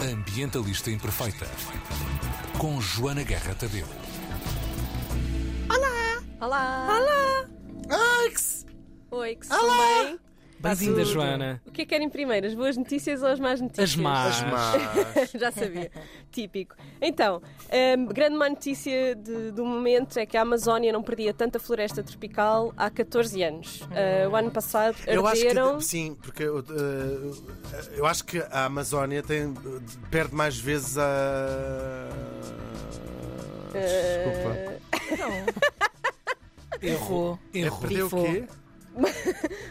Ambientalista Imperfeita. Com Joana Guerra Tadeu. Olá! Olá! Ax! Oi, que se Olá! bem? Tá Bem-vinda, tudo. Joana. O que é que querem primeiro, as boas notícias ou as más notícias? As As más. más. Já sabia, típico. Então, hum, grande má notícia de- do momento é que a Amazónia não perdia tanta floresta tropical há 14 anos. Uh, o ano passado Eu acho arderam... que sim, porque uh, eu acho que a Amazónia tem, perde mais vezes a. Desculpa. uh, Errou. É perder o quê?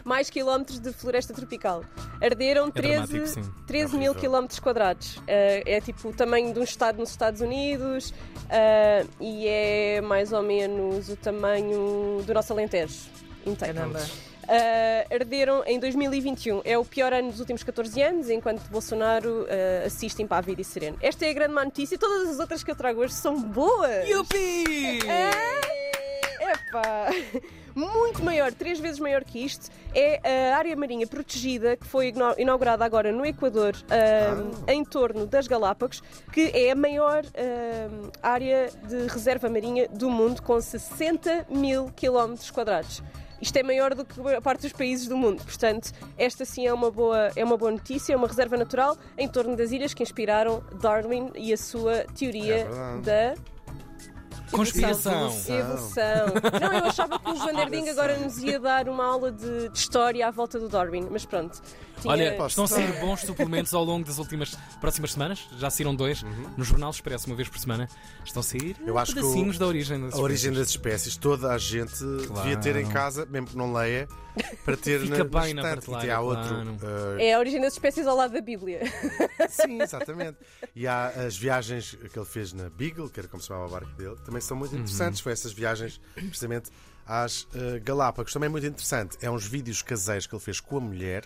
mais quilómetros de floresta tropical. Arderam dramático, 13, sim. 13 É mil horrível. quilómetros quadrados. Eh, é tipo o tamanho de um estado nos Estados Unidos eh, e é mais ou menos o tamanho do nosso Alentejo inteiro. Caramba. Eh, arderam em 2021. É o pior ano dos últimos 14 anos, enquanto Bolsonaro eh, assiste impávido e sereno. Esta é a grande má notícia. Todas as outras que eu trago hoje são boas. Yupi! É, É. Epá! Muito maior, três vezes maior que isto, é a área marinha protegida que foi igno- inaugurada agora no Equador, ahm, Ah. em torno das Galápagos, que é a maior ahm, área de reserva marinha do mundo, com 60 mil quilómetros quadrados. Isto é maior do que a parte dos países do mundo, portanto, esta sim é uma boa, é uma boa notícia, é uma reserva natural em torno das ilhas que inspiraram Darwin e a sua teoria É verdade. da Conspiração. Evolução. Não, eu achava que o João Herding agora nos ia dar uma aula de, de história à volta do Darwin, mas pronto. Tinha- Olha, Posso- estão a sair bons suplementos ao longo das últimas próximas semanas. Já saíram dois no Jornal Expresso, uma vez por semana. Estão a sair Uhum. Eu acho que o- pedacinhos da origem das A origem espécies. das espécies, toda a gente devia ter em casa, mesmo que não leia, para ter Fica na, bem na estante. E tem- prateleira, há outro. claro. uh, é a origem das espécies ao lado da Bíblia. Sim, exatamente. E há as viagens que ele fez na Beagle, que era como se chamava o barco dele, que também são muito interessantes. Foi essas viagens, precisamente, às eh, Galápagos. Também muito interessante. É uns vídeos caseiros que ele fez com a mulher,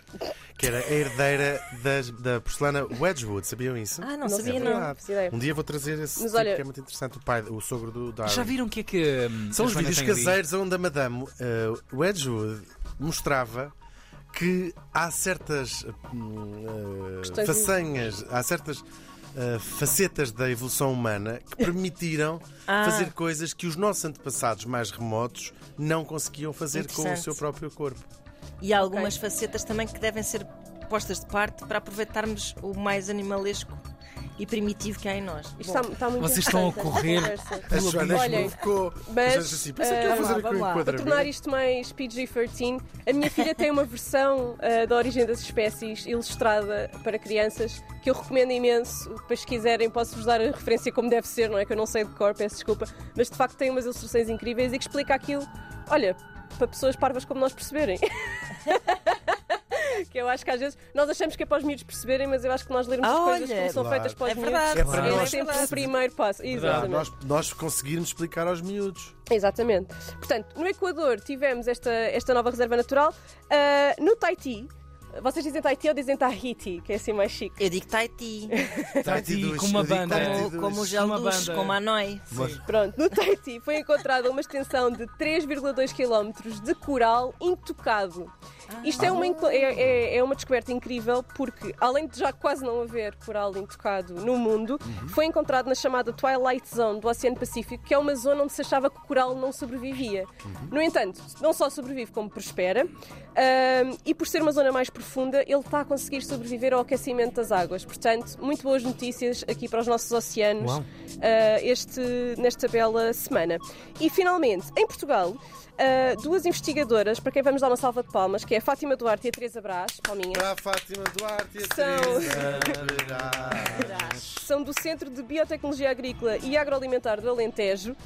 que era a herdeira das- da porcelana Wedgwood. Sabiam isso? Ah, não, Não sabia, sabia. não. Verdade. faço ideia. Um dia vou trazer esse Mas tipo olha- que é muito interessante. O pai, o sogro do Darwin. Já viram o que é que. hum, São a os Joana vídeos tem ali? caseiros onde a Madame eh, Wedgwood mostrava que há certas hum, eh, Questões- façanhas, há certas eh, facetas da evolução humana que permitiram Ah. fazer coisas que os nossos antepassados mais remotos não conseguiam fazer com o Interessante. seu próprio corpo. E há algumas facetas também que devem ser postas de parte para aproveitarmos o mais animalesco e primitivo que há em nós. Isto tá Bom, está, está muito Vocês estão a interessante esta correr. conversa. A Pela Joana Olhem, provocou. mas, Mas, assim, pensa que eu eh, vou fazer aqui um vamos lá. Para tornar enquadramento. isto mais PG-13, a minha filha tem uma versão ah, da Origem das Espécies ilustrada para crianças que eu recomendo imenso. Depois, se quiserem, posso-vos dar a referência como deve ser, não é? Que eu não sei de cor, peço desculpa. Mas de facto, tem umas ilustrações incríveis e que explica aquilo, olha, para pessoas parvas como nós perceberem. que eu acho que às vezes nós achamos que é para os miúdos perceberem, mas eu acho que nós lermos as Ah, coisas olha, como são claro. feitas para os É verdade, É miúdos. para é nós É sempre um perceber. primeiro passo. Para Exatamente. nós, nós conseguirmos explicar aos miúdos. Exatamente. Portanto, no Equador tivemos esta, esta nova reserva natural. Ah, no Tahiti, vocês dizem Tahiti ou dizem Tahiti, que é assim mais chique. Eu digo Taiti, Tahiti É, Tahiti, dos- com uma eu digo tá banda. Tahiti como, dos- como o gel Uma luz, banda. como a Noi. Pronto, no Tahiti foi encontrada uma extensão de 3,2 km de coral intocado. Isto é uma, inco- é, é- é uma descoberta incrível porque, além de já quase não haver coral intocado no mundo, foi encontrado na chamada Twilight Zone do Oceano Pacífico, que é uma zona onde se achava que o coral não sobrevivia. No entanto, não só sobrevive como prospera, ahm, e por ser uma zona mais profunda, ele está a conseguir sobreviver ao aquecimento das águas. Portanto, muito boas notícias aqui para os nossos oceanos Uau. ah, este, nesta bela semana. E finalmente, em Portugal, ah, duas investigadoras, para quem vamos dar uma salva de palmas, que é a Fátima Duarte e a Teresa Brás, palminha, Para a Fátima Duarte e a São- Teresa Brás. são do Centro de Biotecnologia Agrícola e Agroalimentar do Alentejo,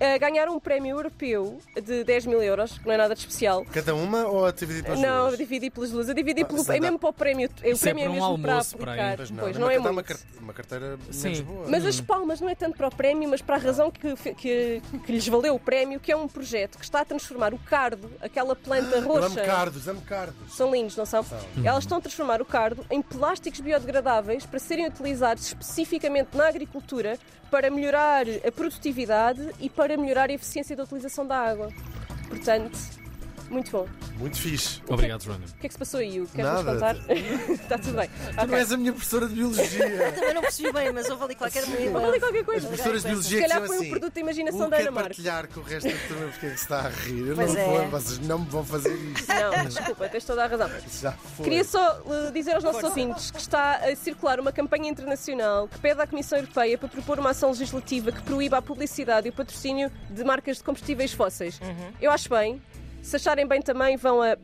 ah, ganharam um prémio europeu de 10 mil euros, que não é nada de especial. Cada uma ou a dividir para as Não, duas? dividi pelas luzes, dividi pelo, isso é dá- mesmo para o prémio, é, o Isso é prémio é para um mesmo almoço, para para aplicar, aí. Pois pois é não uma, é carta- uma, muito. carteira, uma carteira menos Sim. boa. Mas as palmas não é tanto para o prémio, mas para a razão que, que, que lhes valeu o prémio, que é um projeto que está a transformar o cardo, aquela planta Eu amo roxa. cardos, amo cardos. São lindos, não são? Elas estão a transformar o cardo em plásticos biodegradáveis para serem utilizados especificamente na agricultura para melhorar a produtividade e para melhorar a eficiência da utilização da água. Portanto, Muito bom. Muito fixe. Obrigado, Joana. O que é que se passou aí, Hugo? Queres-nos Nada. contar? Está tudo bem. Tu não Ok. és a minha professora de biologia. Também não percebi bem, mas houve ali qualquer Vou ali momento. qualquer As coisa. professoras de Se biologia calhar diziam foi um assim. produto da "Hugo imaginação da quer Ana Marques. partilhar com o resto da turma porque é que se está a rir. Eu Pois não é. vou, vocês não me vão fazer isto. Não, desculpa, tens toda a razão. Já foi. Queria só uh, dizer aos nossos ouvintes que está a circular uma campanha internacional que pede à Comissão Europeia para propor uma ação legislativa que proíba a publicidade e o patrocínio de marcas de combustíveis fósseis. Eu acho bem. Se acharem bem também, vão a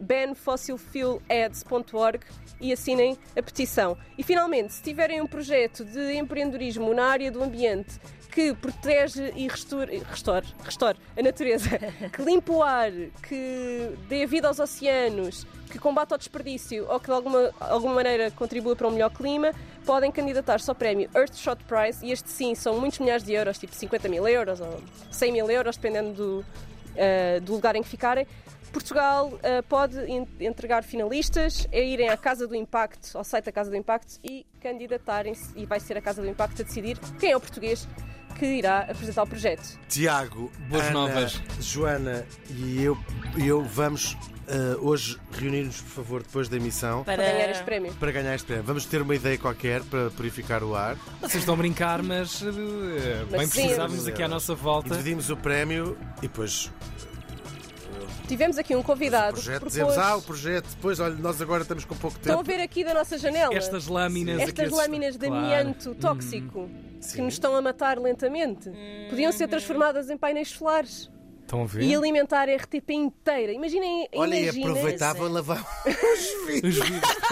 banfossilfuelads.org e assinem a petição. E finalmente, se tiverem um projeto de empreendedorismo na área do ambiente que protege e restaure, restaure, restaure a natureza, que limpa o ar, que dê vida aos oceanos, que combate ao desperdício ou que de alguma, alguma maneira contribua para um melhor clima, podem candidatar-se ao prémio Earthshot Prize e este sim são muitos milhares de euros, tipo 50 mil euros ou 100 mil euros, dependendo do, ah, do lugar em que ficarem. Portugal ah, pode en- entregar finalistas a irem à Casa do Impacto, ao site da Casa do Impacto e candidatarem-se, e vai ser a Casa do Impacto a decidir quem é o português que irá apresentar o projeto. Tiago, Boas Ana, novas. Joana e eu, e eu vamos eh, hoje reunir-nos, por favor, depois da emissão. Para ganhar este prémio. Para ganhar este prémio, vamos ter uma ideia qualquer para purificar o ar. Vocês estão a brincar, mas eh, bem sim. precisávamos aqui à nossa volta. Dividimos o prémio e depois Tivemos aqui um o convidado que projeto. propôs... Dizemos, ah, o projeto, depois, olha, nós agora estamos com pouco Estão a tempo. ver aqui da nossa janela? Estas lâminas aqui Estas assust- lâminas de Claro. amianto tóxico que Hum, Sim. nos estão a matar lentamente podiam ser transformadas em painéis solares Estão a ver? e alimentar a RTP inteira. Imaginem, Olha, e imaginem- aproveitavam e lavavam os vidros. Os vidros.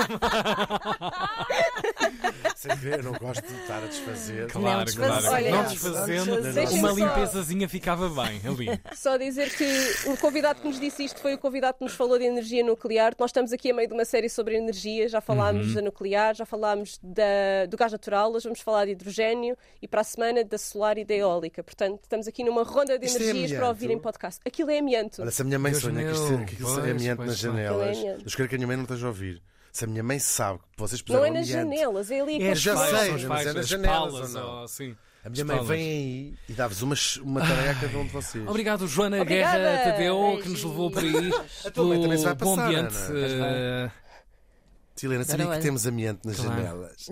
Sem ver, eu não gosto de estar a desfazer. Claro, desfazendo. claro. Olha, não não desfazendo, é? desfazendo. uma Deixem-me só- limpezazinha ficava bem ali. Só dizer que o convidado que nos disse isto foi o convidado que nos falou de energia nuclear. Nós estamos aqui a meio de uma série sobre energia. Já falámos Uhum. da nuclear, já falámos da- do gás natural, hoje vamos falar de hidrogênio e para a semana da solar e da eólica. Portanto, estamos aqui numa ronda de Isto é energias para amianto? ouvirem podcast. Aquilo é amianto. Olha, se a minha mãe Deus sonha que meu, isto- que aquilo pois, seja amianto pois, nas pois. janelas, Aquilo é amianto. eu espero que a minha mãe não esteja a ouvir. Se a minha mãe sabe que vocês puseram Não é nas amianto, janelas, é ali aqueles já postes. sei, As mas é faixas, nas as janelas ou palas, não? ou assim, a as minha mãe palas. vem aí e dá-vos uma, ch- uma tarefa a cada um de vocês. Obrigado, Joana Obrigada. Guerra Tadeu, que nos levou por aí. A tua mãe também se vai pelo bom passar, ambiente. Ana. É eh, Silena, sabia Ora, que olha. temos amianto nas Claro. janelas.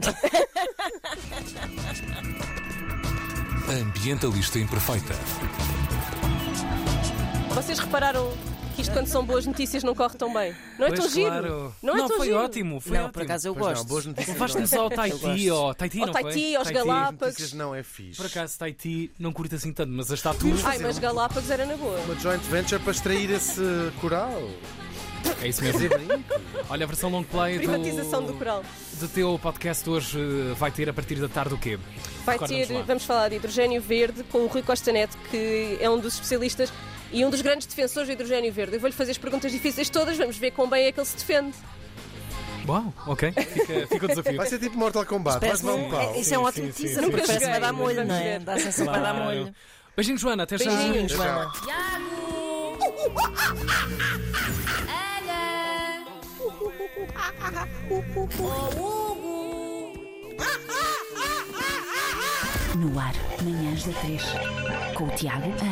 Ambientalista Imperfeita. Vocês repararam que isto, quando são boas notícias, não corre tão bem? Não é pois tão giro? claro. Não é tão foi giro? ótimo, foi Não, ótimo. por acaso eu Pois não, gosto. boas notícias. Levaste-nos ao Tahiti, gosto. ao Tahiti, Ao não foi? Tahiti, aos Boas Galápagos. notícias não é fixe. Por acaso, Tahiti não curto assim tanto, mas as estatuas. Ai, mas Galápagos era na boa. Uma joint venture para extrair esse coral. É isso mesmo. Fazer brinco. Olha, a versão long play do- Ah. Privatização do coral. do teu podcast hoje eh, vai ter a partir da tarde o quê? Vai Recorda-nos ter, lá. vamos falar de hidrogênio verde com o Rui Costa Neto, que é um dos especialistas e um dos grandes defensores do hidrogênio verde. Eu vou-lhe fazer as perguntas difíceis todas, vamos ver quão bem é que ele se defende. Uau, ok. Fica, fica o desafio. Vai ser tipo Mortal Kombat. Vais Parece levar um um, pau. é- isso é Sim, um sim, ótimo sim, teaser, sim, porque sim. parece que vai dar Vamos molho, não é? ver. Dá a sensação que vai dar molho. Beijinho, Joana. Até já. Beijinhos. Beijinhos, Joana. Tiago! Ana! O Hugo! No ar, manhãs da 3. Com o Tiago, a